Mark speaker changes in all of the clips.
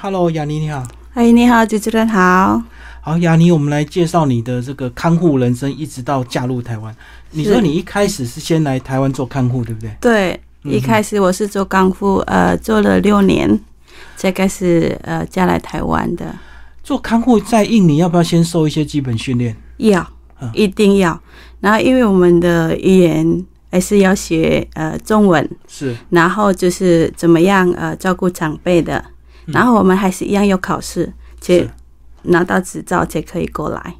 Speaker 1: Hello，雅尼你好。
Speaker 2: 嗨，你好，主持人好。
Speaker 1: 好，雅尼，我们来介绍你的这个看护人生，一直到嫁入台湾。你说你一开始是先来台湾做看护，对不对？
Speaker 2: 对，
Speaker 1: 嗯
Speaker 2: 一开始我是做干部，呃，做了六年，才开始呃嫁来台湾的。
Speaker 1: 做看护在印尼要不要先受一些基本训练？
Speaker 2: 要
Speaker 1: 嗯，
Speaker 2: 一定要。然后因为我们的语言还是要学呃中文，
Speaker 1: 是
Speaker 2: 然后就是怎么样呃照顾长辈的，
Speaker 1: 嗯
Speaker 2: 然后我们还是一样要考试，且
Speaker 1: 是。
Speaker 2: 拿到执照才可以过来。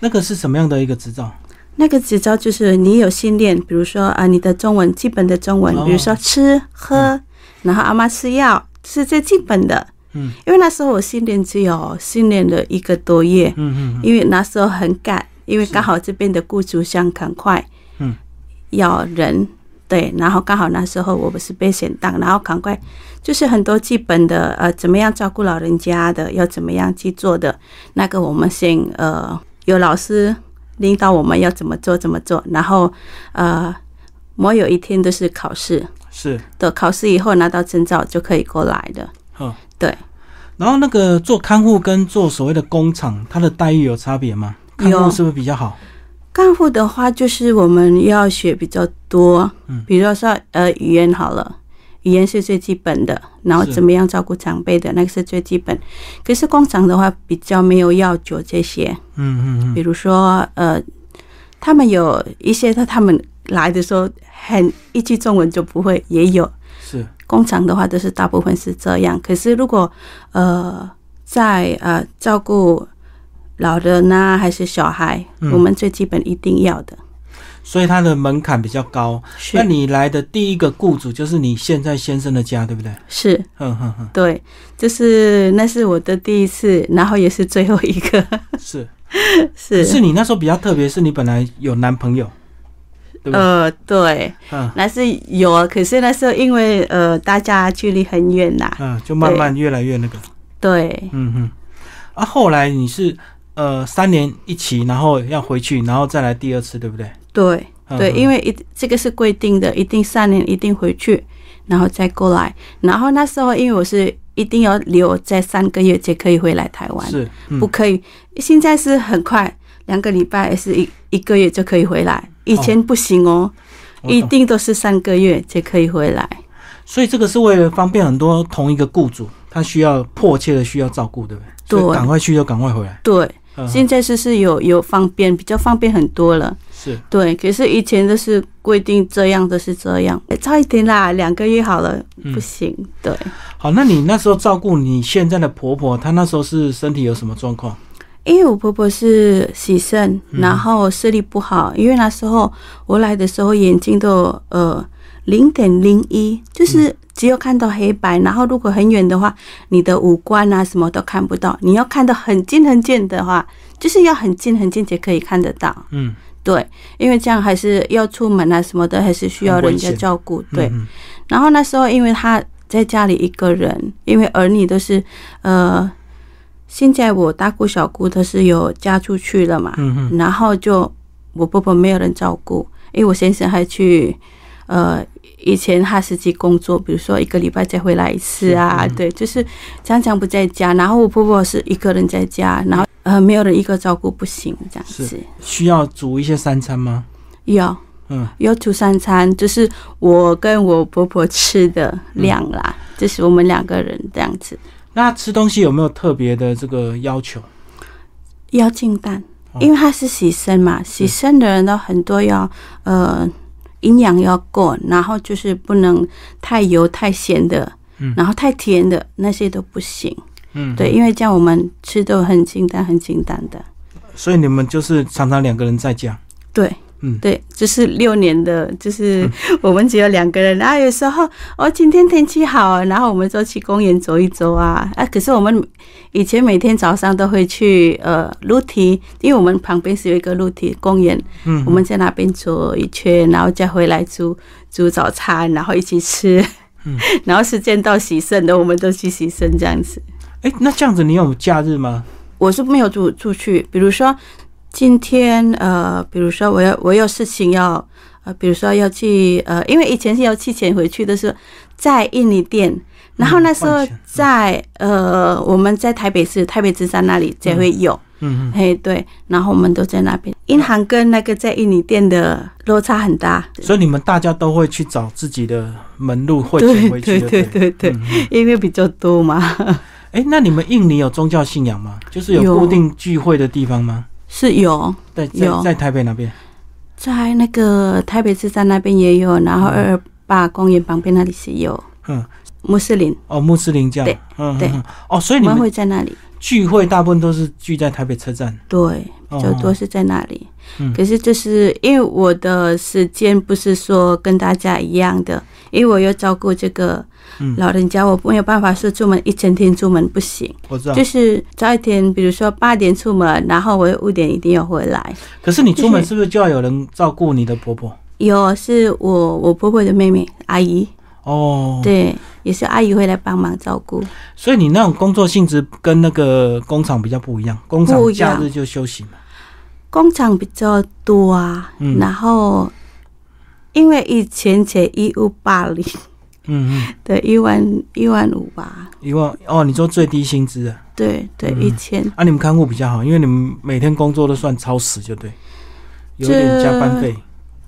Speaker 1: 那个是什么样的一个执照？
Speaker 2: 那个执照就是你有训练，比如说啊，你的中文基本的中文
Speaker 1: 哦，
Speaker 2: 比如说吃喝，然后阿妈吃药，是最基本的。
Speaker 1: 嗯
Speaker 2: 因为那时候我训练只有训练了一个多月，
Speaker 1: 嗯嗯
Speaker 2: 因为那时候很赶，因为刚好这边的雇主想赶快，
Speaker 1: 嗯，
Speaker 2: 要人对，然后刚好那时候我们是被选当，然后赶快就是很多基本的呃，怎么样照顾老人家的，要怎么样去做的，那个我们先呃有老师领导我们要怎么做怎么做，然后呃，我有一天都是考试
Speaker 1: 嗯，是。
Speaker 2: 的，考试以后拿到证照就可以过来的。
Speaker 1: 嗯，
Speaker 2: 对。
Speaker 1: 然后那个做看护跟做所谓的工厂，它的待遇有差别吗？看护
Speaker 2: 有
Speaker 1: 是不是比较好？
Speaker 2: 干部的话，就是我们要学比较多，
Speaker 1: 嗯
Speaker 2: 比如说呃语言好了，语言是最基本的，然后
Speaker 1: 是
Speaker 2: 怎么样照顾长辈的那个是最基本。可是工厂的话比较没有要求这些，
Speaker 1: 嗯嗯
Speaker 2: 比
Speaker 1: 嗯，
Speaker 2: 如说呃，他们有一些他他们来的时候很一句中文就不会，也有
Speaker 1: 是
Speaker 2: 工厂的话都是大部分是这样。可是如果呃在呃照顾老人呐、还是小孩，
Speaker 1: 嗯
Speaker 2: 我们最基本一定要的。
Speaker 1: 所以它的门槛比较高。
Speaker 2: 是
Speaker 1: 那你来的第一个雇主就是你现在先生的家，对不对？
Speaker 2: 是
Speaker 1: 嗯哼哼，
Speaker 2: 对，就是那是我的第一次，然后也是最后一个，
Speaker 1: 是。
Speaker 2: 是
Speaker 1: 是你那时候比较特别，是你本来有男朋友，对不对？
Speaker 2: 呃对，
Speaker 1: 嗯
Speaker 2: 那是有啊，可是那时候因为呃大家距离很远呐、
Speaker 1: 嗯，就慢慢越来越那个，
Speaker 2: 对，
Speaker 1: 嗯哼。啊，后来你是呃三年一起，然后要回去，然后再来第二次，对不对？
Speaker 2: 对
Speaker 1: 嗯
Speaker 2: 对，
Speaker 1: 嗯
Speaker 2: 因为一这个是规定的，一定三年一定回去，然后再过来，然后那时候因为我是一定要留在三个月才可以回来台湾，
Speaker 1: 是嗯
Speaker 2: 不可以，现在是很快，两个礼拜还是一一个月就可以回来，以前不行哦
Speaker 1: 我懂
Speaker 2: 一定都是三个月才可以回来。
Speaker 1: 所以这个是为了方便很多同一个雇主，他需要迫切的需要照顾，对不对？
Speaker 2: 对
Speaker 1: 所以赶快去就赶快回来。
Speaker 2: 对，
Speaker 1: 嗯，
Speaker 2: 现在是是有有方便，比较方便很多了。
Speaker 1: 是
Speaker 2: 对，可是以前都是规定这样，都是这样，哎差一点啦，两个月好了，
Speaker 1: 嗯
Speaker 2: 不行。对，
Speaker 1: 好。那你那时候照顾你现在的婆婆，她那时候是身体有什么状况？
Speaker 2: 因为我婆婆是洗肾，
Speaker 1: 嗯
Speaker 2: 然后视力不好，因为那时候我来的时候眼睛都呃零点零一，就是只有看到黑白，然后如果很远的话，你的五官啊什么都看不到。你要看到很近很近的话，就是要很近很近才可以看得到。
Speaker 1: 嗯，
Speaker 2: 对，因为这样还是要出门啊什么的，还是需要
Speaker 1: 很危
Speaker 2: 人家
Speaker 1: 险
Speaker 2: 照顾。对，
Speaker 1: 嗯
Speaker 2: 然后那时候因为他在家里一个人，因为儿女都是呃，现在我大姑小姑都是有嫁出去了嘛，
Speaker 1: 嗯嗯
Speaker 2: 然后就我婆婆没有人照顾，因为我先生还去呃。以前他是去工作，比如说一个礼拜才回来一次啊，
Speaker 1: 是嗯
Speaker 2: 对，就是常常不在家。然后我婆婆是一个人在家，然后呃没有人一个照顾不行这样
Speaker 1: 是
Speaker 2: 子。
Speaker 1: 需要煮一些三餐吗？
Speaker 2: 有
Speaker 1: 嗯，
Speaker 2: 有煮三餐，就是我跟我婆婆吃的量啦，就是我们两个人这样子。
Speaker 1: 那吃东西有没有特别的这个要求？
Speaker 2: 要清淡
Speaker 1: 哦，
Speaker 2: 因为它是洗身嘛，洗身的人呢很多要呃营养要够，然后就是不能太油、太咸的
Speaker 1: 嗯，
Speaker 2: 然后太甜的那些都不行。
Speaker 1: 嗯，
Speaker 2: 对，。因为这样我们吃都很清淡、很清淡的。
Speaker 1: 所以你们就是常常两个人在家。
Speaker 2: 对，
Speaker 1: 嗯
Speaker 2: 对，就是六年的，就是 我们只有两个人。然后有时候哦，今天天气好，然后我们就去公园走一走啊。啊，可是我们以前每天早上都会去呃露堤，因为我们旁边是有一个露堤公园，
Speaker 1: 嗯，
Speaker 2: 我们在那边走一圈，然后再回来煮煮早餐，然后一起吃。
Speaker 1: 嗯，
Speaker 2: 然后时间到洗肾的，我们都去洗肾这样子。
Speaker 1: 哎、那这样子你有假日吗？
Speaker 2: 我是没有出出去，比如说今天呃，比如说我要我有事情要呃，比如说要去呃，因为以前是要去前回去的时候，在印尼店，然后那时
Speaker 1: 换
Speaker 2: 候
Speaker 1: 钱
Speaker 2: 在呃我们在台北市台北车站那里才会有，
Speaker 1: 嗯嗯，
Speaker 2: 哎、对，然后我们都在那边。银行跟那个在印尼店的落差很大，
Speaker 1: 所以你们大家都会去找自己的门路汇
Speaker 2: 对
Speaker 1: 钱回去
Speaker 2: 对
Speaker 1: 就
Speaker 2: 对
Speaker 1: 对。
Speaker 2: 对对，因为比较多嘛，
Speaker 1: 哎、那你们印尼有宗教信仰吗？就是有
Speaker 2: 有
Speaker 1: 固定聚会的地方吗？
Speaker 2: 是有
Speaker 1: 在在
Speaker 2: 有
Speaker 1: 在台北那边，
Speaker 2: 在那个台北车站那边也有，然后二二八公园旁边那里是有
Speaker 1: 嗯，
Speaker 2: 穆斯林，
Speaker 1: 哦，穆斯林教，
Speaker 2: 对
Speaker 1: 嗯，
Speaker 2: 对
Speaker 1: 嗯嗯哦，所以
Speaker 2: 我
Speaker 1: 你
Speaker 2: 们
Speaker 1: 们
Speaker 2: 会在那里，
Speaker 1: 聚会大部分都是聚在台北车站，
Speaker 2: 对，
Speaker 1: 哦
Speaker 2: 比较多是在那里。
Speaker 1: 嗯
Speaker 2: 可是就是因为我的时间不是说跟大家一样的，因为我要照顾这个
Speaker 1: 嗯
Speaker 2: 老人家，我没有办法说出门一整天出门不行，
Speaker 1: 我知道
Speaker 2: 就。是啊早一天，比如说八点出门，然后我五点一定要回来。
Speaker 1: 可是你出门
Speaker 2: 就是
Speaker 1: 是不是就要有人照顾你的婆婆？
Speaker 2: 有是我我婆婆的妹妹阿姨，
Speaker 1: 哦，
Speaker 2: 对，也是阿姨会来帮忙照顾。
Speaker 1: 所以你那种工作性质跟那个工厂比较不一样，工厂
Speaker 2: 不一
Speaker 1: 假
Speaker 2: 样
Speaker 1: 日就休息嘛。
Speaker 2: 工厂比较多啊，
Speaker 1: 嗯
Speaker 2: 然后因为以前才一五八零，
Speaker 1: 嗯嗯，
Speaker 2: 对，一万一万五吧，
Speaker 1: 一万哦，你说最低薪资啊？
Speaker 2: 对对，
Speaker 1: 嗯
Speaker 2: 以前
Speaker 1: 啊，你们看护比较好，因为你们每天工作都算超时，就对，有一点
Speaker 2: 这
Speaker 1: 加班费。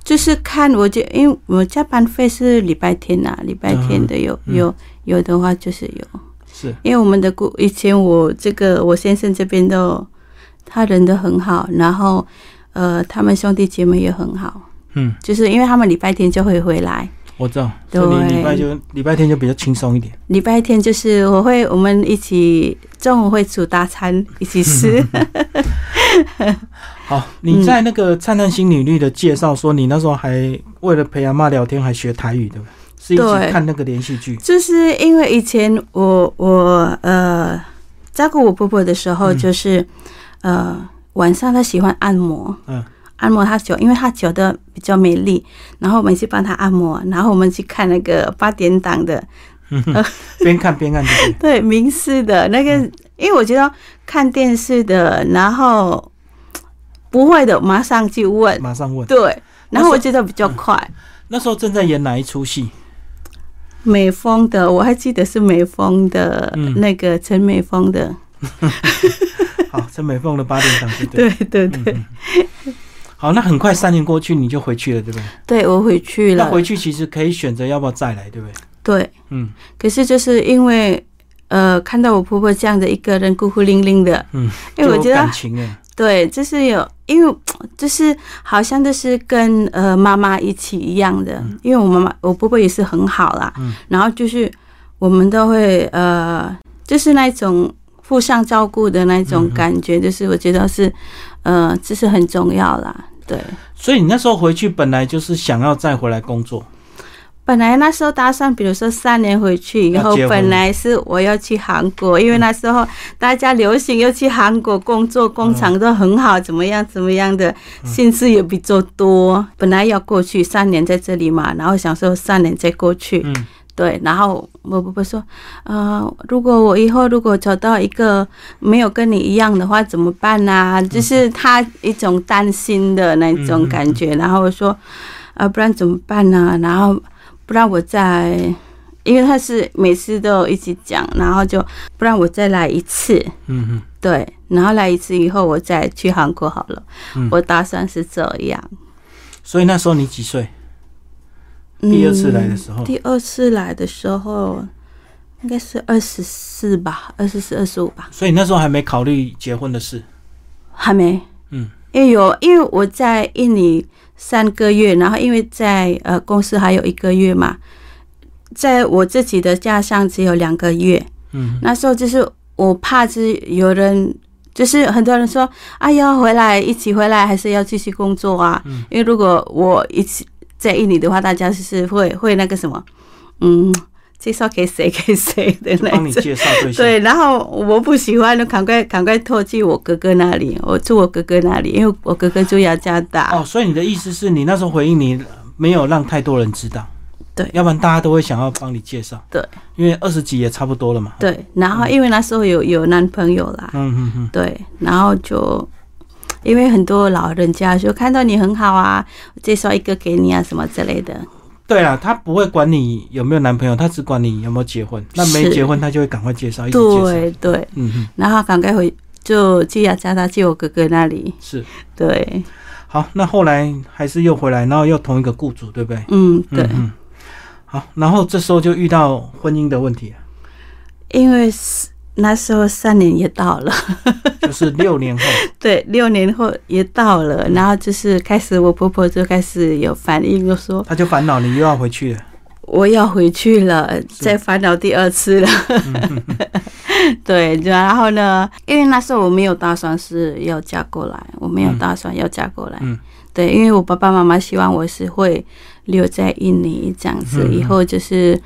Speaker 2: 就是看我就因为我加班费是礼拜天呐、礼拜天的有、
Speaker 1: 嗯
Speaker 2: 有有的话就是有，
Speaker 1: 是，
Speaker 2: 因为我们的雇以前我这个我先生这边都他人都很好，然后呃他们兄弟姐妹也很好，
Speaker 1: 嗯，
Speaker 2: 就是因为他们礼拜天就会回来，
Speaker 1: 我知道，所以你
Speaker 2: 对
Speaker 1: 礼拜就礼拜天就比较轻松一点。
Speaker 2: 礼拜天就是我会我们一起中午会煮大餐一起吃，
Speaker 1: 好，
Speaker 2: 嗯
Speaker 1: 你在那个《灿烂新女绿》的介绍说，你那时候还为了陪阿妈聊天，还学台语，对不对？是一
Speaker 2: 对
Speaker 1: 起看那个连续剧。
Speaker 2: 就是因为以前我我呃照顾我婆婆的时候，
Speaker 1: 嗯
Speaker 2: 就是、呃晚上她喜欢按摩，
Speaker 1: 嗯，
Speaker 2: 按摩她脚，因为她脚的比较美丽，然后我们去帮她按摩，然后我们去看那个八点档的
Speaker 1: 边看边看就 对。
Speaker 2: 对民视的那个，
Speaker 1: 嗯
Speaker 2: 因为我觉得看电视的，然后不会的马上去问，
Speaker 1: 马上问，
Speaker 2: 对，然
Speaker 1: 那
Speaker 2: 后我
Speaker 1: 是
Speaker 2: 觉得比较快。
Speaker 1: 那时候正在演哪一出戏？
Speaker 2: 美丰的，我还记得是美丰的、
Speaker 1: 嗯
Speaker 2: 那个陈美丰的，
Speaker 1: 好，陈美凤的八点档就对。
Speaker 2: 对对对，
Speaker 1: 嗯嗯好，那很快三年过去，你就回去了，对不对？
Speaker 2: 对我回去
Speaker 1: 那
Speaker 2: 了，
Speaker 1: 回去其实可以选择要不要再来，对不对？
Speaker 2: 对，
Speaker 1: 嗯，
Speaker 2: 可是就是因为呃看到我婆婆这样的一个人孤孤零零的，
Speaker 1: 嗯，
Speaker 2: 因为我
Speaker 1: 就
Speaker 2: 觉
Speaker 1: 有
Speaker 2: 得
Speaker 1: 感情哎，
Speaker 2: 对，就是有因为就是好像就是跟呃妈妈一起一样的，因为我妈妈我婆婆也是很好啦，
Speaker 1: 嗯
Speaker 2: 然后就是我们都会呃就是那种互相照顾的那
Speaker 1: 嗯
Speaker 2: 种感觉，就是我觉得是呃这是很重要啦，对。
Speaker 1: 所以你那时候回去本来就是想要再回来工作，
Speaker 2: 本来那时候打算，比如说三年回去以
Speaker 1: 要
Speaker 2: 后
Speaker 1: 结，婚
Speaker 2: 本来是我要去韩国，因为那时候大家流行要去韩国工作，工厂都很好，怎么样怎么样的，
Speaker 1: 嗯
Speaker 2: 薪资也比较多。本来要过去三年在这里嘛，然后想说三年再过去，
Speaker 1: 嗯，
Speaker 2: 对。然后我婆婆说，呃，如果我以后如果找到一个没有跟你一样的话，怎么办啊？就是她一种担心的那种感觉。然后我说。啊，不然怎么办呢、然后不然我再，因为他是每次都一起讲，然后就不然我再来一次，
Speaker 1: 嗯嗯，
Speaker 2: 对，然后来一次以后我再去韩国好了。
Speaker 1: 嗯
Speaker 2: 我打算是这样。
Speaker 1: 所以那时候你几岁？
Speaker 2: 嗯
Speaker 1: 第二次来的时候，
Speaker 2: 第二次来的时候应该是二十四吧，二十四、二十五吧，
Speaker 1: 所以那时候还没考虑结婚的事。
Speaker 2: 还没。
Speaker 1: 嗯，
Speaker 2: 因为有，因为我在印尼三个月，然后因为在呃公司还有一个月嘛，在我自己的家乡只有两个月，
Speaker 1: 嗯，
Speaker 2: 那时候就是我怕是有人，就是很多人说，哎呀，回来一起回来，还是要继续工作啊。
Speaker 1: 嗯
Speaker 2: 因为如果我一起在印尼的话，大家就是会会那个什么，嗯，介绍给谁给谁的
Speaker 1: 就
Speaker 2: 那
Speaker 1: 帮你
Speaker 2: 种。
Speaker 1: 介绍对象。
Speaker 2: 对，然后我不喜欢，就赶快赶快拖去我哥哥那里，我住我哥哥那里，因为我哥哥住雅加达。
Speaker 1: 哦，所以你的意思是你那时候回应你没有让太多人知道，
Speaker 2: 对
Speaker 1: 要不然大家都会想要帮你介绍，
Speaker 2: 对，
Speaker 1: 因为二十几也差不多了嘛。，
Speaker 2: 对，然后因为那时候有有男朋友啦，
Speaker 1: 嗯嗯嗯，
Speaker 2: 对，然后就因为很多老人家说看到你很好啊，介绍一个给你啊什么之类的，
Speaker 1: 对啦，他不会管你有没有男朋友，他只管你有没有结婚。那没
Speaker 2: 是
Speaker 1: 结婚，他就会赶快介绍，一直介绍。
Speaker 2: 对对，
Speaker 1: 嗯哼，
Speaker 2: 然后赶快回就寄雅加达寄我哥哥那里，
Speaker 1: 是。
Speaker 2: 对，
Speaker 1: 好，那后来还是又回来，然后又同一个雇主，对不对？
Speaker 2: 嗯对，
Speaker 1: 嗯哼好，然后这时候就遇到婚姻的问题了，
Speaker 2: 因为是那时候三年也到了，
Speaker 1: 就是六年后，
Speaker 2: 对，六年后也到了，然后就是开始我婆婆就开始有反应，就说
Speaker 1: 他就烦恼你又要回去了。
Speaker 2: 我要回去了，再烦恼第二 次了。对，然后呢，因为那时候我没有打算是要嫁过来，我没有打算要嫁过来。
Speaker 1: 嗯
Speaker 2: 对，因为我爸爸妈妈希望我是会留在印尼这样子，
Speaker 1: 嗯嗯
Speaker 2: 以后就是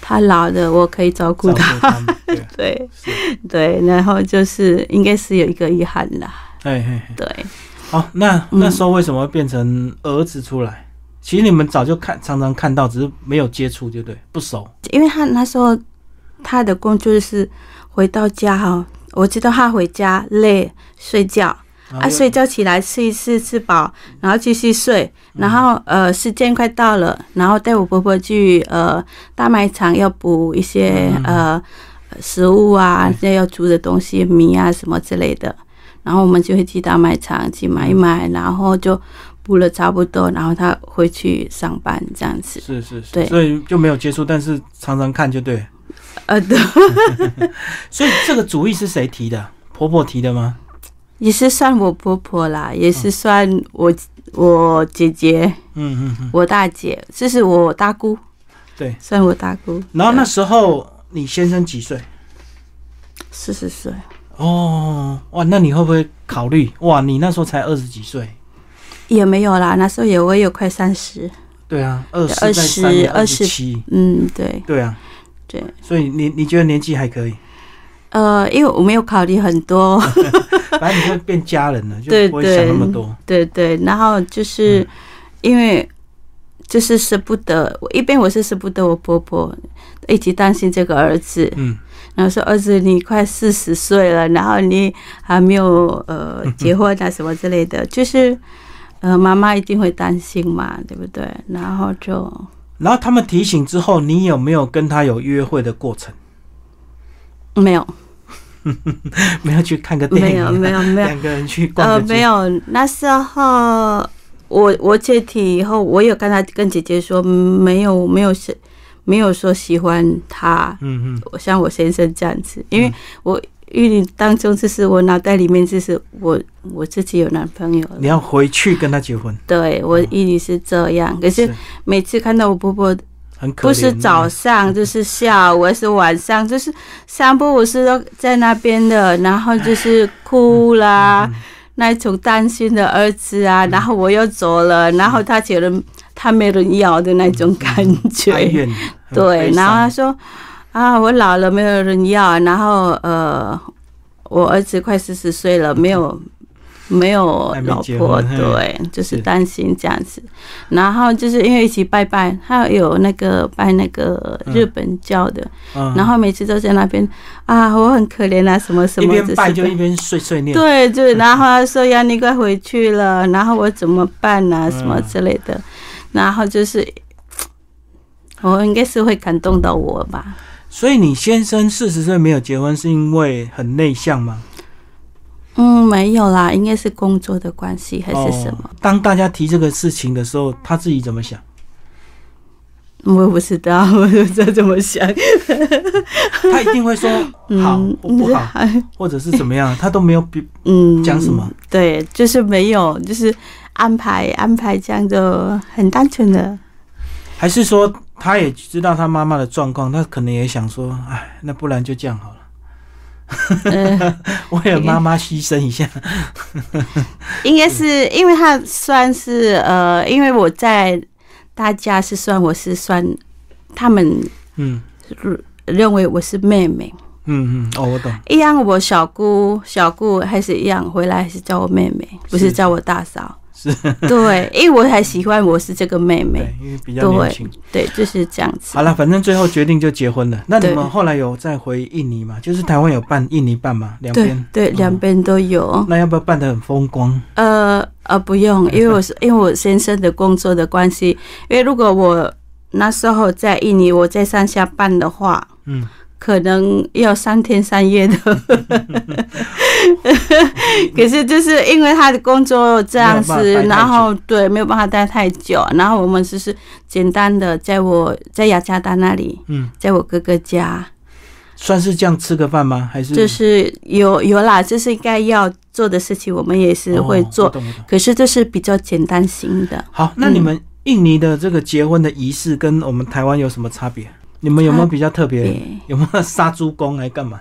Speaker 2: 他老了我可以照顾
Speaker 1: 照顾
Speaker 2: 他。
Speaker 1: 他们，对， 是，
Speaker 2: 对对，然后就是应该是有一个遗憾啦。
Speaker 1: 哎哎，哎
Speaker 2: 对，
Speaker 1: 好，那
Speaker 2: 嗯
Speaker 1: 那时候为什么会变成儿子出来？其实你们早就看，常常看到，只是没有接触，对不对？不熟，
Speaker 2: 因为他那时候他的工作是回到家哈，我知道他回家累睡觉。
Speaker 1: 然后
Speaker 2: 啊，
Speaker 1: 又
Speaker 2: 睡觉起来吃一次吃饱，然后继续睡，
Speaker 1: 嗯
Speaker 2: 然后呃时间快到了，然后带我婆婆去呃大卖场要补一些
Speaker 1: 嗯
Speaker 2: 呃食物啊，这要煮的东西米啊什么之类的，然后我们就会去大卖场去买一买，
Speaker 1: 嗯
Speaker 2: 然后就补了差不多，然后她回去上班这样子。
Speaker 1: 是是是，
Speaker 2: 对
Speaker 1: 所以就没有接触，但是常常看就对了。
Speaker 2: 呃，对，
Speaker 1: 所以这个主意是谁提的？婆婆提的吗？
Speaker 2: 也是算我婆婆啦，也是算我我姐姐，
Speaker 1: 嗯嗯嗯，
Speaker 2: 我大姐，这是我大姑，
Speaker 1: 对。
Speaker 2: 算我大姑。
Speaker 1: 然后
Speaker 2: 对
Speaker 1: 那时候你先生几岁？
Speaker 2: 四十岁，
Speaker 1: 哦，哇，那你会不会考虑？哇，你那时候才二十几岁，
Speaker 2: 也没有啦，那时候也我也有快三十，
Speaker 1: 对啊，二十
Speaker 2: 20
Speaker 1: 在三年二
Speaker 2: 20
Speaker 1: 十七，
Speaker 2: 嗯，对
Speaker 1: 对啊，
Speaker 2: 对，
Speaker 1: 所以你你觉得年纪还可以，
Speaker 2: 呃，因为我没有考虑很多，
Speaker 1: 反哦正你就变家人了，就
Speaker 2: 对
Speaker 1: 不会想那么多。嗯
Speaker 2: 对对，然后就是因为就是舍不得，我一边我是舍不得我婆婆，一直担心这个儿子，
Speaker 1: 嗯，
Speaker 2: 然后说儿子你快四十岁了，然后你还没有 呃结婚啊什么之类的，就是呃妈妈一定会担心嘛，对不对？然后就
Speaker 1: 然后他们提醒之后，你有没有跟他有约会的过程？
Speaker 2: 没有
Speaker 1: 没有去看个电
Speaker 2: 没
Speaker 1: 影
Speaker 2: 有
Speaker 1: 啊，
Speaker 2: 没有没有
Speaker 1: 两个人去逛
Speaker 2: 呃，
Speaker 1: 个街
Speaker 2: 没有，那时候我我解体以后，我有跟他跟姐姐说，嗯没有没有是没有说喜欢他，
Speaker 1: 嗯嗯，
Speaker 2: 我像我先生这样子，因为我玉林当中就是我脑袋里面就是我我自己有男朋友了
Speaker 1: 你，要回去跟他结婚，
Speaker 2: 对我玉林是这样，可是
Speaker 1: 是
Speaker 2: 每次看到我婆婆
Speaker 1: 很可怜。嗯
Speaker 2: 不是早上就是下午，还是晚上，就是三不五时都在那边的，然后就是哭啦，
Speaker 1: 嗯
Speaker 2: 那一种担心的儿子啊，然后我又走了，然后他觉得他没人要的那种感
Speaker 1: 哀
Speaker 2: 觉，
Speaker 1: 怨，很
Speaker 2: 对，
Speaker 1: 悲
Speaker 2: 然
Speaker 1: 伤
Speaker 2: 后他说啊，我老了没有人要，然后呃，我儿子快四十岁了，没有。没有
Speaker 1: 还没
Speaker 2: 老
Speaker 1: 结
Speaker 2: 婆，
Speaker 1: 婚嘿
Speaker 2: 对，就是
Speaker 1: 是
Speaker 2: 担心这样子。然后就是因为一起拜拜，他有那个拜那个日本教的，
Speaker 1: 嗯
Speaker 2: 然后每次都在那边啊，我很可怜啊，什么什
Speaker 1: 一
Speaker 2: 么，
Speaker 1: 边拜
Speaker 2: 只
Speaker 1: 就是一边碎碎念，
Speaker 2: 对对，然后他说呀，你快回去了，然后我怎么办啊，
Speaker 1: 嗯
Speaker 2: 什么之类的，然后就是。我应该是会感动到我吧？
Speaker 1: 所以你先生四十岁没有结婚，是因为很内向吗？
Speaker 2: 嗯，没有啦，应该是工作的关系还是什么
Speaker 1: 哦？当大家提这个事情的时候，他自己怎么想？ 哦
Speaker 2: 我也不知道，我不知道怎么想。
Speaker 1: 他一定会说好
Speaker 2: 嗯
Speaker 1: 或不好，或者是怎么样，他都没有 比
Speaker 2: 嗯，
Speaker 1: 讲什么？
Speaker 2: 对，就是没有，就是安排安排这样就很单纯的。
Speaker 1: 还是说他也知道他妈妈的状况，他可能也想说，哎，那不然就这样好了，
Speaker 2: 呃，
Speaker 1: 为了妈妈牺牲一下。
Speaker 2: 应该是因为他算是呃，因为我在大家是算我是算他们
Speaker 1: 嗯
Speaker 2: 认为我是妹妹，
Speaker 1: 嗯嗯，哦，我懂，
Speaker 2: 一样我小姑小姑还是一样回来还是叫我妹妹，不是
Speaker 1: 是
Speaker 2: 叫我大嫂。
Speaker 1: 是
Speaker 2: 对，因为我还喜欢我是这个妹妹
Speaker 1: 对，，因为比较年轻。
Speaker 2: 对，就是这样子
Speaker 1: 好。了，反正最后决定就结婚了。那你
Speaker 2: 对
Speaker 1: 们后来有再回印尼吗？就是台湾有办印尼办吗？两
Speaker 2: 对
Speaker 1: 边。
Speaker 2: 对，
Speaker 1: 嗯
Speaker 2: 两边都有。
Speaker 1: 那要不要办得很风光？嗯
Speaker 2: 呃呃，不用，因为我是因为我先生的工作的关系，因为如果我那时候在印尼，我在上下班的话，
Speaker 1: 嗯，
Speaker 2: 可能要三天三夜的。 可是就是因为他的工作这样
Speaker 1: 没有办法待
Speaker 2: 子，
Speaker 1: 太久
Speaker 2: 然后对没有办法待太久，然后我们只是简单的在我在雅加达那里，
Speaker 1: 嗯，
Speaker 2: 在我哥哥家，
Speaker 1: 算是这样吃个饭吗？还是
Speaker 2: 就是有有啦，就是该要做的事情，我们也是会
Speaker 1: 哦
Speaker 2: 做，
Speaker 1: 我懂我懂
Speaker 2: 可是这是比较简单型的。
Speaker 1: 好，那你们印尼的这个结婚的仪式跟我们台湾有什么差别？你们有没有比较特别？
Speaker 2: 对
Speaker 1: 有没有杀猪公来干嘛？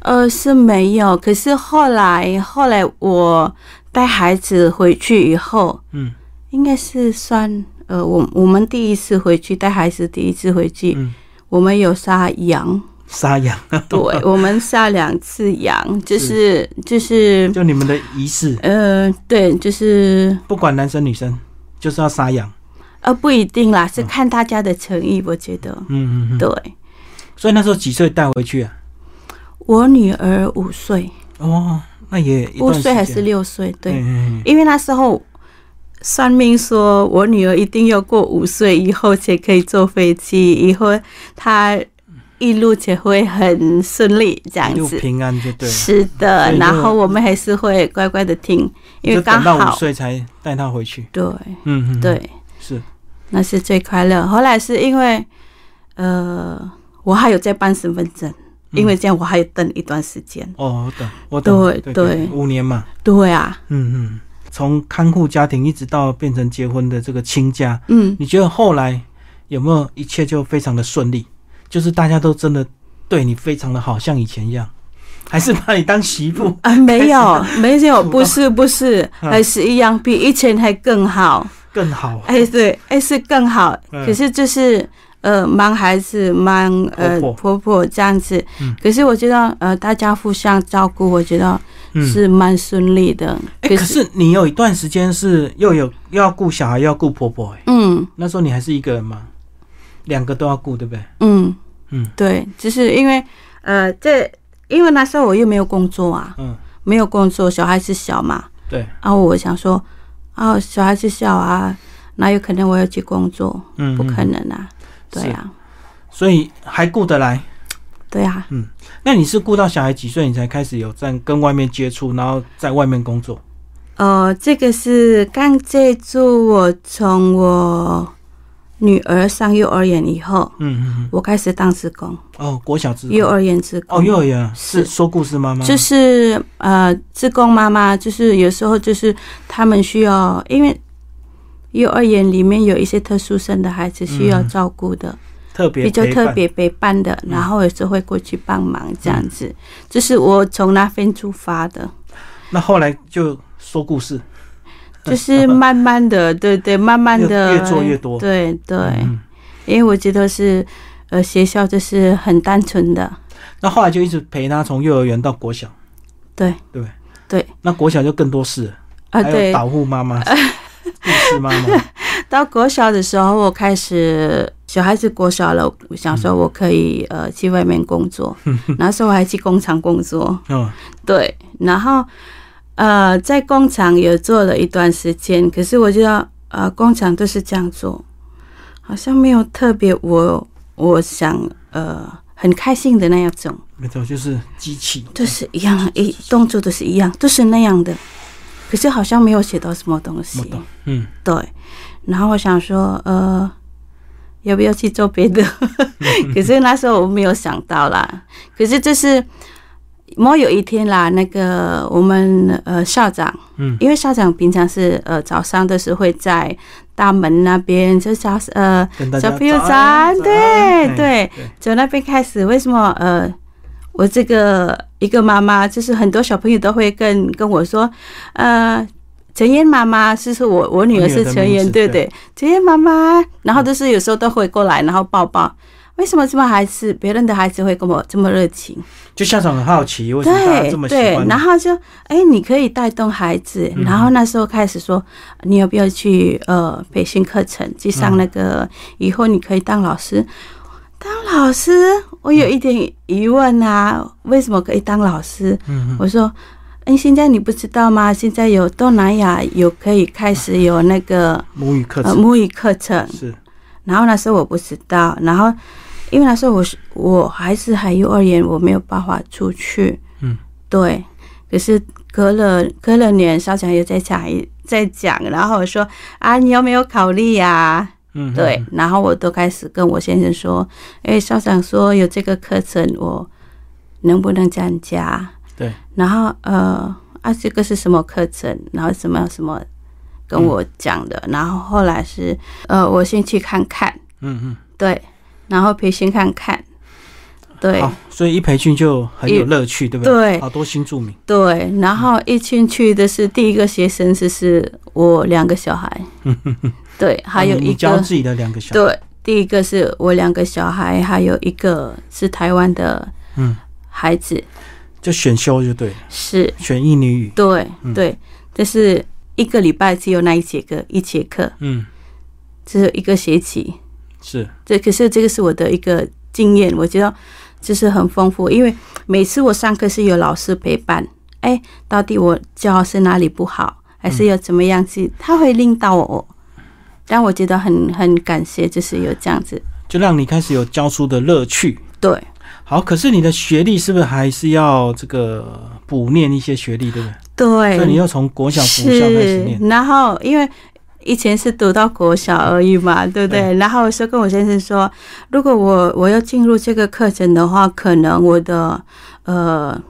Speaker 2: 呃，是没有。可是后来，后来我带孩子回去以后，
Speaker 1: 嗯
Speaker 2: 应该是算呃，我我们第一次回去带孩子，第一次回去，
Speaker 1: 嗯，
Speaker 2: 我们有杀 羊，
Speaker 1: 杀羊，
Speaker 2: 对，我们杀两次羊，就是就是
Speaker 1: 就你们的仪式，
Speaker 2: 呃，对，就是
Speaker 1: 不管男生女生，就是要杀羊。
Speaker 2: 呃，不一定啦，是看大家的诚意，我觉得。
Speaker 1: 嗯嗯嗯嗯。
Speaker 2: 对
Speaker 1: 所以那时候几岁带回去啊？
Speaker 2: 我女儿五岁，
Speaker 1: 哦，那也一
Speaker 2: 五
Speaker 1: 段时
Speaker 2: 岁
Speaker 1: 间
Speaker 2: 还是六岁，对。
Speaker 1: 嗯嗯嗯
Speaker 2: 因为那时候算命说我女儿一定要过五岁以后才可以坐飞机，以后她一路才会很顺利这样
Speaker 1: 一路
Speaker 2: 子。
Speaker 1: 平安就对了。
Speaker 2: 是的
Speaker 1: 所以，就
Speaker 2: 然后我们还是会乖乖的听，因为
Speaker 1: 就
Speaker 2: 刚
Speaker 1: 等到五
Speaker 2: 好
Speaker 1: 岁才带他回去。
Speaker 2: 对
Speaker 1: 嗯嗯，嗯，
Speaker 2: 对，
Speaker 1: 是
Speaker 2: 那是最快乐。后来是因为呃，我还有在办身份证，因为这样我还有等一段时间。
Speaker 1: 哦，我懂我懂。
Speaker 2: 对
Speaker 1: 对
Speaker 2: 对
Speaker 1: 五年嘛。
Speaker 2: 对啊，
Speaker 1: 嗯嗯，从看护家庭一直到变成结婚的这个亲家，
Speaker 2: 嗯，
Speaker 1: 你觉得后来有没有一切就非常的顺利？就是大家都真的对你非常的好，像以前一样，还是把你当媳妇？
Speaker 2: 啊，没有，没有，
Speaker 1: 主动
Speaker 2: 不是，不是，
Speaker 1: 嗯
Speaker 2: 还是一样，比以前还更好。
Speaker 1: 更好？
Speaker 2: 哎，对，哎是更好，
Speaker 1: 嗯
Speaker 2: 可是就是呃，忙孩子，忙呃
Speaker 1: 婆婆
Speaker 2: 婆婆这样子
Speaker 1: 嗯。
Speaker 2: 可是我觉得呃，大家互相照顾，我觉得
Speaker 1: 嗯，
Speaker 2: 是蛮顺利的。
Speaker 1: 哎、
Speaker 2: 可
Speaker 1: 可
Speaker 2: 是，
Speaker 1: 是你有一段时间是又有又要顾小孩，又要顾婆婆、哎，
Speaker 2: 嗯
Speaker 1: 那时候你还是一个人吗？两个都要顾，对不对？
Speaker 2: 嗯
Speaker 1: 嗯
Speaker 2: 对，就是因为呃，这因为那时候我又没有工作啊，
Speaker 1: 嗯，
Speaker 2: 没有工作，小孩子小嘛，
Speaker 1: 对，
Speaker 2: 啊，我想说啊，小孩子小啊，哪有可能我要去工作？
Speaker 1: 嗯，
Speaker 2: 不可
Speaker 1: 嗯，
Speaker 2: 能啊，对啊，
Speaker 1: 所以还顾得来。
Speaker 2: 对啊，
Speaker 1: 那你是顾到小孩几岁，你才开始有在跟外面接触，然后在外面工作？
Speaker 2: 呃，这个是刚接触我从我女儿上幼儿园以后，
Speaker 1: 嗯嗯嗯，
Speaker 2: 我开始当职工，
Speaker 1: 哦，国小职工
Speaker 2: 幼儿园职工。
Speaker 1: 哦，幼儿园啊
Speaker 2: 是
Speaker 1: 是说故事妈妈吗，
Speaker 2: 就是呃，职工妈妈，就是有时候就是他们需要，因为幼儿园里面有一些特殊生的孩子需要
Speaker 1: 嗯
Speaker 2: 照顾的，
Speaker 1: 特别
Speaker 2: 比较
Speaker 1: 陪
Speaker 2: 特
Speaker 1: 伴嗯
Speaker 2: 别陪伴的，然后有时候会过去帮忙这样子。这是我从那边出发的，
Speaker 1: 那后来就说故事，
Speaker 2: 就是慢慢的，对对，慢慢的
Speaker 1: 越越做越多
Speaker 2: 对对，
Speaker 1: 嗯，
Speaker 2: 因为我觉得是，呃，学校就是很单纯的，
Speaker 1: 那后来就一直陪他从幼儿园到国小，
Speaker 2: 对
Speaker 1: 对
Speaker 2: 对，
Speaker 1: 那国小就更多事了，
Speaker 2: 啊，
Speaker 1: 还有
Speaker 2: 对。
Speaker 1: 导护妈妈、护士妈 妈，
Speaker 2: 到国小的时候，我开始小孩子国小了，我想说我可以呃去外面工 作，那时候我还去工厂工作，
Speaker 1: 嗯
Speaker 2: 对，然后呃，在工厂也做了一段时间，可是我觉得呃，工厂都是这样做，好像没有特别我我想呃很开心的那样种，
Speaker 1: 没错，就是机器，
Speaker 2: 都是一样，一动作都是一样，都是那样的，可是好像没有学到什么东
Speaker 1: 我
Speaker 2: 西
Speaker 1: 懂，，嗯，
Speaker 2: 对，然后我想说呃。要不要去做别的？ 可是那时候我没有想到啦。可是就是，某有一天啦，那个我们呃校长，
Speaker 1: 嗯
Speaker 2: 因为校长平常是呃早上都是会在大门那边，就早呃
Speaker 1: 跟大家
Speaker 2: 小朋友
Speaker 1: 早
Speaker 2: 早
Speaker 1: 安
Speaker 2: 安，对
Speaker 1: 哎
Speaker 2: 对
Speaker 1: 对，
Speaker 2: 从那边开始，为什么呃？我这个一个妈妈，就是很多小朋友都会跟跟我说，呃，陈燕妈妈，就是我我女儿是陈
Speaker 1: 我女儿的名
Speaker 2: 燕，
Speaker 1: 字
Speaker 2: 对不对？陈燕妈妈，然后就是有时候都会过来，然后抱抱。为什么这么孩子，别人的孩子会跟我这么热情？
Speaker 1: 就校长很好奇为什么大家这
Speaker 2: 对
Speaker 1: 么喜
Speaker 2: 对
Speaker 1: 欢，嗯
Speaker 2: 然
Speaker 1: 你，
Speaker 2: 后就哎、你可以带动孩子。然后那时候开始说，你要不要去呃培训课程，去上那个、以后你可以当老师。当老师，我有一点疑问啊，为什么可以当老师？
Speaker 1: 嗯嗯，
Speaker 2: 我说，哎、现在你不知道吗？现在有东南亚有可以开始有那个
Speaker 1: 母语课
Speaker 2: 呃
Speaker 1: 程
Speaker 2: 母语课程，
Speaker 1: 是，
Speaker 2: 然后那时候我不知道，然后因为那时候我是我还是还幼儿园，我没有办法出去。
Speaker 1: 嗯，
Speaker 2: 对。可是隔了隔了年，校长又再讲一再讲，然后我说啊，你有没有考虑呀、
Speaker 1: 嗯，
Speaker 2: 对，然后我都开始跟我先生说，哎，校长说有这个课程，我能不能参加？
Speaker 1: 对，
Speaker 2: 然后呃，啊，这个是什么课程？然后什么什么
Speaker 1: 嗯
Speaker 2: 跟我讲的，然后后来是呃，我先去看看，
Speaker 1: 嗯嗯
Speaker 2: 对，然后培训看看，对
Speaker 1: 嗯，好，所以一培训就很有乐趣，对不对？
Speaker 2: 对
Speaker 1: 好多新住民，
Speaker 2: 对，然后一进去的是第一个学生，就是我两个小 孩，对，还有
Speaker 1: 啊嗯你
Speaker 2: 一
Speaker 1: 你教
Speaker 2: 个
Speaker 1: 自己的两个小孩，
Speaker 2: 对，第一个是我两个小孩，还有一个是台湾的
Speaker 1: 嗯，
Speaker 2: 孩子，
Speaker 1: 就选修就对了，
Speaker 2: 是
Speaker 1: 选一女语，
Speaker 2: 对
Speaker 1: 嗯
Speaker 2: 对，但是一个礼拜只有那一节课，一节课
Speaker 1: 嗯，
Speaker 2: 只有一个学期。
Speaker 1: 是，
Speaker 2: 这可是这个是我的一个经验，我觉得就是很丰富，因为每次我上课是有老师陪伴，哎，到底我教是哪里不好，还是要怎么样去，他会领导我，让我觉得很很感谢，就是有这样子，
Speaker 1: 就让你开始有教书的乐趣。
Speaker 2: 对。
Speaker 1: 好，可是你的学历是不是还是要这个补念一些学历，对不对？
Speaker 2: 对，
Speaker 1: 所以你又从国小、国校开始念，
Speaker 2: 是，然后因为以前是读到国小而已嘛，对不对？然后我就跟我先生说，如果我我要进入这个课程的话，可能我的呃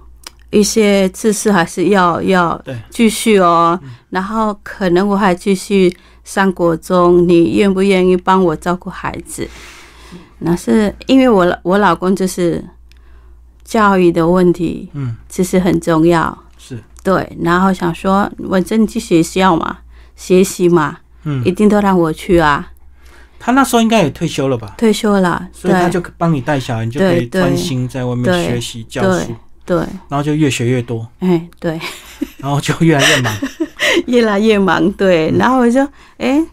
Speaker 2: 一些知识还是要要
Speaker 1: 对
Speaker 2: 继续哦。然后可能我还继续上国中，你愿不愿意帮我照顾孩子？那是因为我我老公就是教育的问题，
Speaker 1: 嗯，
Speaker 2: 其实很重要。
Speaker 1: 是，
Speaker 2: 对，然后想说，我真去学校嘛，学习嘛，
Speaker 1: 嗯
Speaker 2: 一，定都让我去啊。
Speaker 1: 他那时候应该也退休了吧？
Speaker 2: 退休了，
Speaker 1: 所以他
Speaker 2: 对
Speaker 1: 就帮你带小孩，你就可以
Speaker 2: 对对
Speaker 1: 专心在外面
Speaker 2: 对
Speaker 1: 学习教书
Speaker 2: 对，对，
Speaker 1: 然后就越学越多，
Speaker 2: 哎对，
Speaker 1: 然后就越来越忙。
Speaker 2: 越来越忙，
Speaker 1: 嗯
Speaker 2: 对。然后我就哎，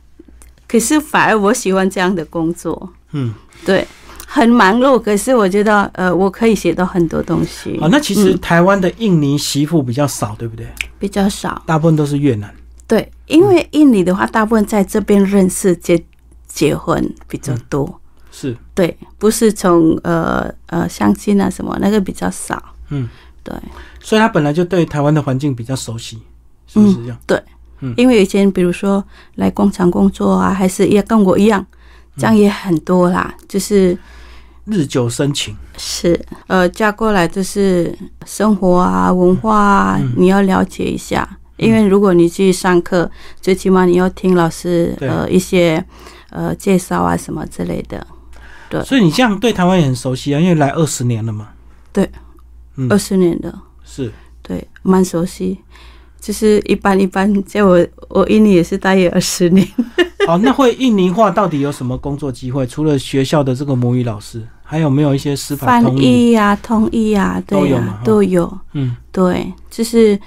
Speaker 2: 可是反而我喜欢这样的工作，
Speaker 1: 嗯，
Speaker 2: 对，很忙碌，可是我觉得呃，我可以学到很多东西，
Speaker 1: 好，那其
Speaker 2: 嗯
Speaker 1: 实台湾的印尼媳妇比较少，对不对？
Speaker 2: 比较少。
Speaker 1: 大部分都是越南。
Speaker 2: 对，因为印尼的话，大部分在这边认识结结婚比
Speaker 1: 嗯
Speaker 2: 较多。
Speaker 1: 是，
Speaker 2: 对，不是从呃呃相亲啊什么那个比较少，
Speaker 1: 嗯，
Speaker 2: 对，
Speaker 1: 所以他本来就对台湾的环境比较熟悉，是不是这样？
Speaker 2: 因为以前比如说来工厂工作啊，还是也跟我一样，
Speaker 1: 嗯
Speaker 2: 这样也很多啦，就是嗯
Speaker 1: 日久生情，
Speaker 2: 是呃嫁过来就是生活啊文化啊，
Speaker 1: 嗯
Speaker 2: 你要了解一下，因为如果你去上课，最起码你要听老师
Speaker 1: 对
Speaker 2: 呃一些呃介绍啊什么之类的，对
Speaker 1: 所以你这样对台湾也很熟悉啊，因为来二十年了嘛。嗯
Speaker 2: 二十年的。
Speaker 1: 是，
Speaker 2: 对，蛮熟悉。就是一般一般，在我我印尼也是待业二十年。
Speaker 1: 好，那会印尼话到底有什么工作机会？除了学校的这个母语老师，还有没有一些司法
Speaker 2: 翻
Speaker 1: 通译？
Speaker 2: 译呀、通译呀、
Speaker 1: 都
Speaker 2: 对
Speaker 1: 有
Speaker 2: 呀、
Speaker 1: 嘛哈
Speaker 2: 都有。
Speaker 1: 嗯
Speaker 2: 对，就是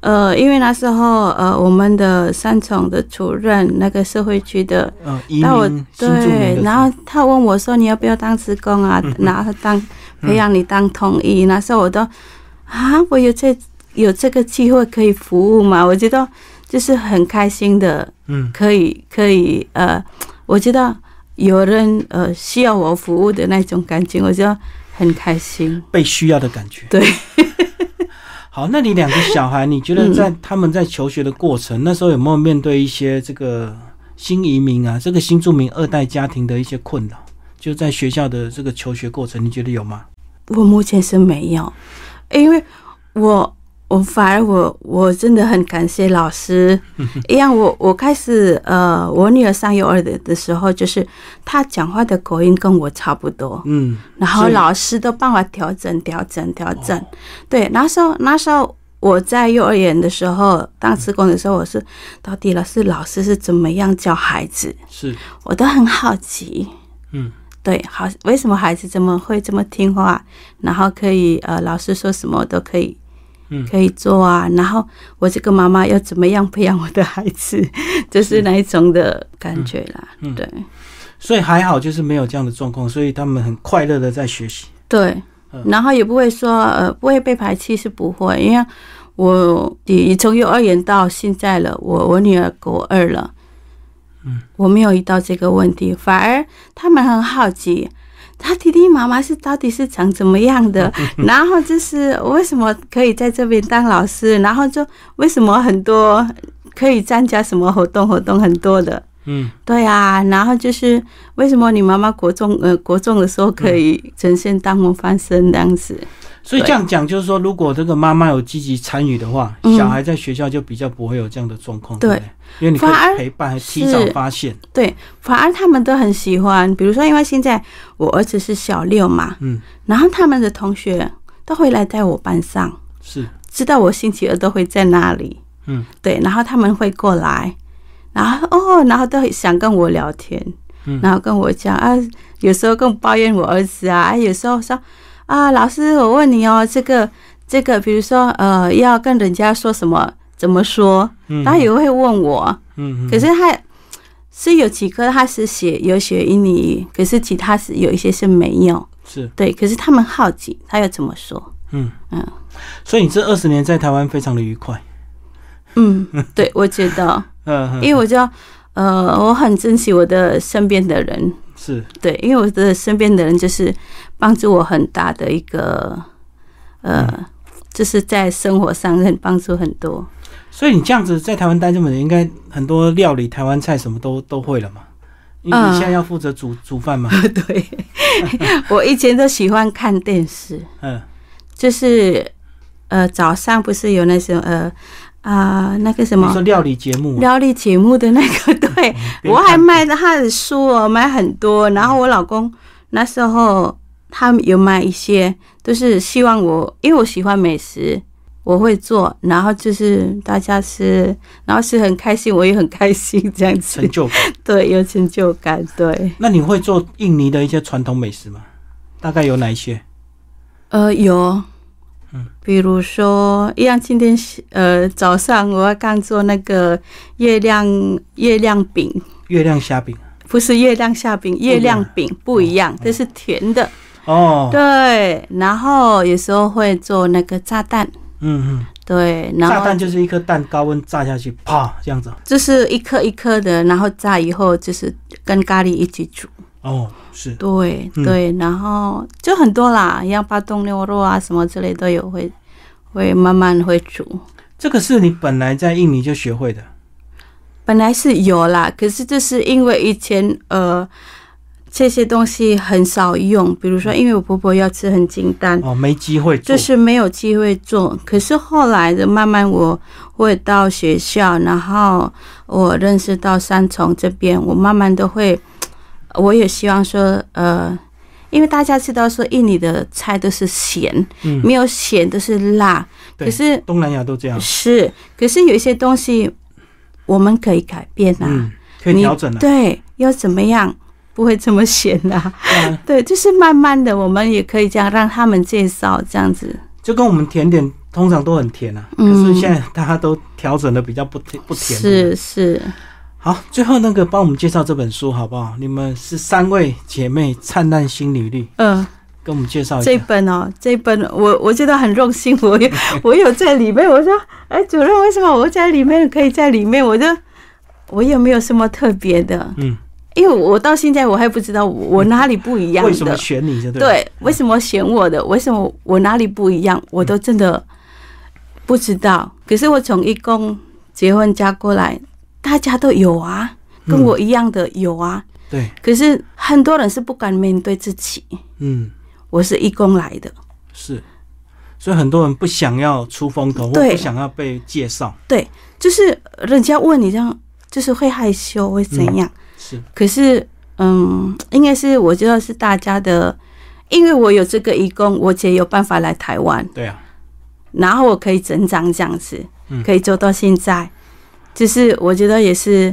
Speaker 2: 呃，因为那时候呃，我们的三重的主任，那个社会区的，
Speaker 1: 呃，移
Speaker 2: 那我
Speaker 1: 民新住民
Speaker 2: 对
Speaker 1: 的，
Speaker 2: 然后他问我说：“你要不要当职工啊？然后当培养你当通译。那时候我都啊，我有这有这个机会可以服务嘛，我觉得就是很开心的。
Speaker 1: 嗯
Speaker 2: 可以可以呃，我觉得有人呃需要我服务的那种感觉，我觉得很开心。
Speaker 1: 被需要的感觉。
Speaker 2: 对，
Speaker 1: 好，那你两个小孩，你觉得在他们在求学的过程，那时候有没有面对一些这个新移民啊，这个新住民二代家庭的一些困扰？就在学校的这个求学过程，你觉得有吗？
Speaker 2: 我目前是没有，因为我我反而我我真的很感谢老师。一样，我我开始呃，我女儿上幼儿的的时候，就是她讲话的口音跟我差不多。
Speaker 1: 嗯，
Speaker 2: 然
Speaker 1: 所
Speaker 2: 后
Speaker 1: 以
Speaker 2: 老师都帮我调整、调整、调整。对，那时候那时候我在幼儿园的时候当职工的时候，我是到底老师老师是怎么样教孩子，
Speaker 1: 是，
Speaker 2: 我都很好奇。
Speaker 1: 嗯，
Speaker 2: 对，好，为什么孩子怎么会这么听话，然后可以呃，老师说什么都可以
Speaker 1: 嗯。
Speaker 2: 可以做啊，然后我这个妈妈要怎么样培养我的孩子，就是那一种的感觉啦。
Speaker 1: 嗯嗯
Speaker 2: 对
Speaker 1: 所以还好，就是没有这样的状况，所以他们很快乐的在学习。
Speaker 2: 对
Speaker 1: 嗯，
Speaker 2: 然后也不会说呃不会被排斥是不会，因为我你从幼儿园到现在了，我我女儿国二了，嗯，我没有遇到这个问题，反而他们很好奇，他弟弟妈妈是到底是长怎么样的，然后就是为什么可以在这边当老师，然后就为什么很多可以参加什么活动活动很多的，
Speaker 1: 嗯，
Speaker 2: 对啊，然后就是为什么你妈妈国中呃国中的时候可以呈现当模范生这样子，
Speaker 1: 所以这样讲就是说，如果这个妈妈有积极参与的话，
Speaker 2: 嗯
Speaker 1: 小孩在学校就比较不会有这样的状况，
Speaker 2: 对
Speaker 1: 对不对，因为你可
Speaker 2: 反而
Speaker 1: 以陪伴，还提早
Speaker 2: 是
Speaker 1: 发现，
Speaker 2: 对，反而他们都很喜欢。比如说，因为现在我儿子是小六嘛，
Speaker 1: 嗯，
Speaker 2: 然后他们的同学都会来在我班上，
Speaker 1: 是，
Speaker 2: 知道我星期二都会在那里，
Speaker 1: 嗯，
Speaker 2: 对，然后他们会过来，然后哦，然后都很想跟我聊天，
Speaker 1: 嗯
Speaker 2: 然后跟我讲啊，有时候跟我抱怨我儿子啊，啊有时候说啊，老师，我问你哦，这个这个，比如说呃，要跟人家说什么，怎么说，
Speaker 1: 嗯，
Speaker 2: 他也会问我，
Speaker 1: 嗯，嗯
Speaker 2: 可是他是有几科他是写有写印尼语，可是其他是有一些是没有。
Speaker 1: 是，
Speaker 2: 对，可是他们好奇，他又怎么说？
Speaker 1: 嗯
Speaker 2: 嗯
Speaker 1: 所以你这二十年在台湾非常的愉快，
Speaker 2: 嗯，对，我觉得，
Speaker 1: 嗯，嗯
Speaker 2: 因为我就呃，我很珍惜我的身边的人，
Speaker 1: 是，
Speaker 2: 对，因为我的身边的人就是帮助我很大的一个，
Speaker 1: 嗯
Speaker 2: 呃，就是在生活上很帮助很多。
Speaker 1: 所以你这样子在台湾待这么久，应该很多料理、台湾菜什么都都会了嘛？你
Speaker 2: 嗯
Speaker 1: 你现在要负责煮煮饭 嘛？
Speaker 2: 对，我以前都喜欢看电视，
Speaker 1: 嗯，
Speaker 2: 就是呃早上不是有那些呃啊、那个什
Speaker 1: 你
Speaker 2: 么
Speaker 1: 说料理节目啊，
Speaker 2: 料理节目的那个， 对
Speaker 1: 边
Speaker 2: 我还
Speaker 1: 看
Speaker 2: 卖他的书哦，买很多。然后我老公那时候他有买一些，都是希望我，因为我喜欢美食。我会做，然后就是大家吃，然后是很开心，我也很开心， 这样子
Speaker 1: 成，就感。
Speaker 2: 对，有成就感，对，
Speaker 1: 那你会做印尼的一些传统美食吗？大概有哪一些？
Speaker 2: 呃，有
Speaker 1: 嗯，
Speaker 2: 比如说，一样，今天是呃早上我刚做那个月亮月亮饼，
Speaker 1: 月亮虾饼
Speaker 2: 不是月亮下饼，月亮饼不一
Speaker 1: 嗯
Speaker 2: 样，这是甜的。
Speaker 1: 哦，
Speaker 2: 对，然后有时候会做那个炸弹，
Speaker 1: 嗯嗯，
Speaker 2: 对，
Speaker 1: 炸
Speaker 2: 然后
Speaker 1: 弹就是一颗蛋高温炸下去，啪这样子。
Speaker 2: 就是一颗一颗的，然后炸以后就是跟咖喱一起煮。
Speaker 1: 哦，是，
Speaker 2: 对
Speaker 1: 嗯
Speaker 2: 对，然后就很多啦，像巴东牛肉啊什么之类都有会会慢慢会煮。
Speaker 1: 这个是你本来在印尼就学会的。
Speaker 2: 本来是有啦，可是就是因为以前呃这些东西很少用，比如说因为我婆婆要吃很简单，
Speaker 1: 哦，没机会做，
Speaker 2: 嗯就是没有机会做。可是后来的慢慢我会到学校，然后我认识到三重这边，我慢慢都会，我也希望说呃。因为大家知道说印尼的菜都是咸，
Speaker 1: 嗯
Speaker 2: 没有咸都是辣。
Speaker 1: 对嗯
Speaker 2: 可是
Speaker 1: 东南亚都这样。
Speaker 2: 是，可是有一些东西我们可以改变啊。
Speaker 1: 嗯，可以
Speaker 2: 你
Speaker 1: 调整了、
Speaker 2: 对，要怎么样不会这么闲啦、
Speaker 1: 当然
Speaker 2: 对，就是慢慢的，我们也可以这样让他们介绍这样子。
Speaker 1: 就跟我们甜点通常都很甜啊，
Speaker 2: 嗯
Speaker 1: 可是现在大家都调整的比较不甜不甜。。
Speaker 2: 是是，
Speaker 1: 好，最后那个帮我们介绍这本书好不好？你们是三位姐妹灿烂新履历，
Speaker 2: 嗯、
Speaker 1: 跟我们介绍一
Speaker 2: 这
Speaker 1: 下。
Speaker 2: 本哦，这本我我觉得很荣幸， 我有我有在里面。我说，哎，主任，为什么我在里面可以在里面？我就我也没有什么特别的，
Speaker 1: 嗯，
Speaker 2: 因为我到现在我还不知道我我哪里不一样的。
Speaker 1: 为什么选你就对了。
Speaker 2: 对，为什么选我的？为什么我哪里不一样？我都真的不知道。可是我从义工结婚嫁过来，大家都有啊，跟
Speaker 1: 嗯
Speaker 2: 我一样的有啊。
Speaker 1: 对，
Speaker 2: 可是很多人是不敢面对自己，
Speaker 1: 嗯，
Speaker 2: 我是义工来的，
Speaker 1: 是。所以很多人不想要出风头，或
Speaker 2: 对
Speaker 1: 不想要被介绍，
Speaker 2: 就是人家问你这样，就是会害羞，会怎样？
Speaker 1: 是
Speaker 2: 可是，嗯，应该是我觉得是大家的，因为我有这个义工，我才有办法来台湾。
Speaker 1: 对啊，
Speaker 2: 然后我可以成长这样子
Speaker 1: 嗯，
Speaker 2: 可以做到现在，就是我觉得也是，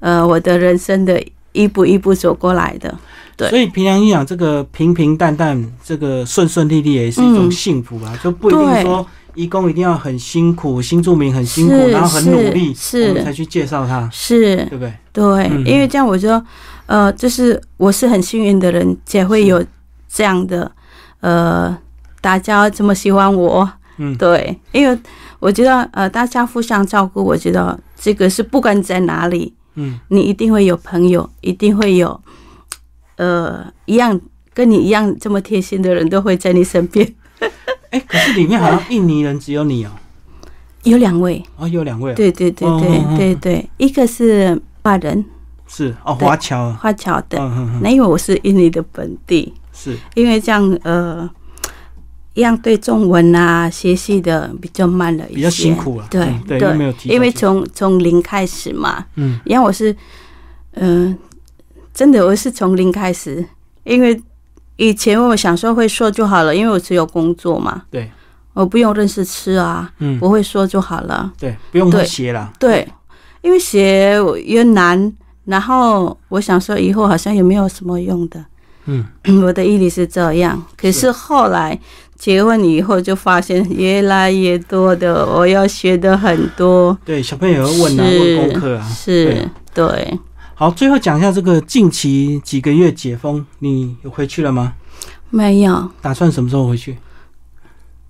Speaker 2: 呃，我的人生的一步一步走过来的。对
Speaker 1: 所以平常心讲，这个平平淡淡，这个顺顺利利也是一种
Speaker 2: 嗯
Speaker 1: 幸福啊，就不一定
Speaker 2: 对
Speaker 1: 说义工一定要很辛苦，新住民很辛苦，
Speaker 2: 是
Speaker 1: 然后很努力，
Speaker 2: 是
Speaker 1: 我们才去介绍他，
Speaker 2: 是
Speaker 1: 对，不对？
Speaker 2: 对，
Speaker 1: 嗯
Speaker 2: 因为这样我就，呃，就是我是很幸运的人，才会有这样的，呃，大家这么喜欢我。
Speaker 1: 嗯
Speaker 2: 对，因为我觉得，呃，大家互相照顾，我觉得这个是不管在哪里，
Speaker 1: 嗯
Speaker 2: 你一定会有朋友，一定会有，呃，一样跟你一样这么贴心的人都会在你身边。
Speaker 1: 哎、可是里面好像印尼人只有你哦、
Speaker 2: 有两位，
Speaker 1: 哦，有两位、哦，
Speaker 2: 对对对
Speaker 1: 哦哦哦
Speaker 2: 对对对，一个是巴人
Speaker 1: 是哦，
Speaker 2: 对
Speaker 1: 华侨啊，
Speaker 2: 华侨的，
Speaker 1: 嗯哼哼，
Speaker 2: 那因为我是印尼的本地，
Speaker 1: 是
Speaker 2: 因为这样呃，一样对中文啊学习的比较慢了一些，
Speaker 1: 比较辛苦了，
Speaker 2: 对、
Speaker 1: 嗯对，因为没有
Speaker 2: 对，
Speaker 1: 提，
Speaker 2: 因为从从零开始嘛，
Speaker 1: 嗯
Speaker 2: 因为我是嗯、真的我是从零开始，因为以前我想说会说就好了，因为我只有工作嘛，
Speaker 1: 对，
Speaker 2: 我不用认识吃啊，
Speaker 1: 嗯，
Speaker 2: 我会说就好了。
Speaker 1: 对，不用
Speaker 2: 对
Speaker 1: 写啦，
Speaker 2: 对，因为写越难，然后我想说以后好像也没有什么用的。
Speaker 1: 嗯，
Speaker 2: 我的毅力是这样，可是后来结婚以后就发现越来越多的我要学的很多，
Speaker 1: 对，小朋友要问啊，
Speaker 2: 是
Speaker 1: 问功课啊，对
Speaker 2: 是对。
Speaker 1: 好，最后讲一下这个近期几个月解封，你有回去了吗？
Speaker 2: 没有，
Speaker 1: 打算什么时候回去？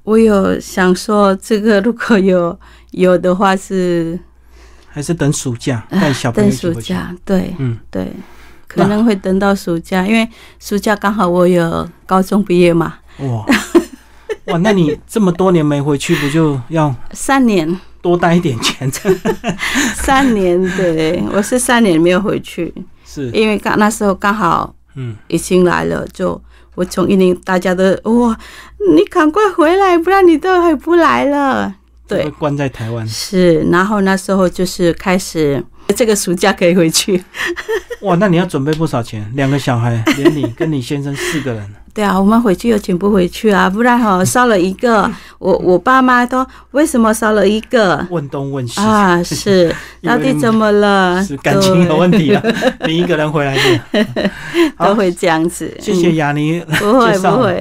Speaker 2: 我有想说这个如果有 有的话是
Speaker 1: 还是等暑假带小朋友
Speaker 2: 啊等
Speaker 1: 一起
Speaker 2: 暑
Speaker 1: 回去？
Speaker 2: 假，对
Speaker 1: 嗯，
Speaker 2: 对，可能会等到暑假，因为暑假刚好我有高中毕业嘛，
Speaker 1: 哇哇，那你这么多年没回去，不就要
Speaker 2: 三年。
Speaker 1: 多带一点 钱？
Speaker 2: 三年，对，我是三年没有回去，
Speaker 1: 是，
Speaker 2: 因为刚那时候刚好
Speaker 1: 嗯，
Speaker 2: 疫情来了，就我从印尼大家都哇，你赶快回来，不然你都回不来了。
Speaker 1: 会
Speaker 2: 对，
Speaker 1: 关在台湾。
Speaker 2: 是，然后那时候就是开始这个暑假可以回去。
Speaker 1: 哇，那你要准备不少钱，两个小孩，连你跟你先生四个人，
Speaker 2: 对啊，我们回去又请不回去啊，不然哈、少了一 个，我我爸妈都为什么少了一个
Speaker 1: 问东问西，
Speaker 2: 啊？是，
Speaker 1: 以为
Speaker 2: 到底怎么 了？
Speaker 1: 是感情有问题啊？你一个人回来的，
Speaker 2: 对，都会这样子。嗯
Speaker 1: 谢谢雅尼
Speaker 2: 不会
Speaker 1: 介绍
Speaker 2: 不会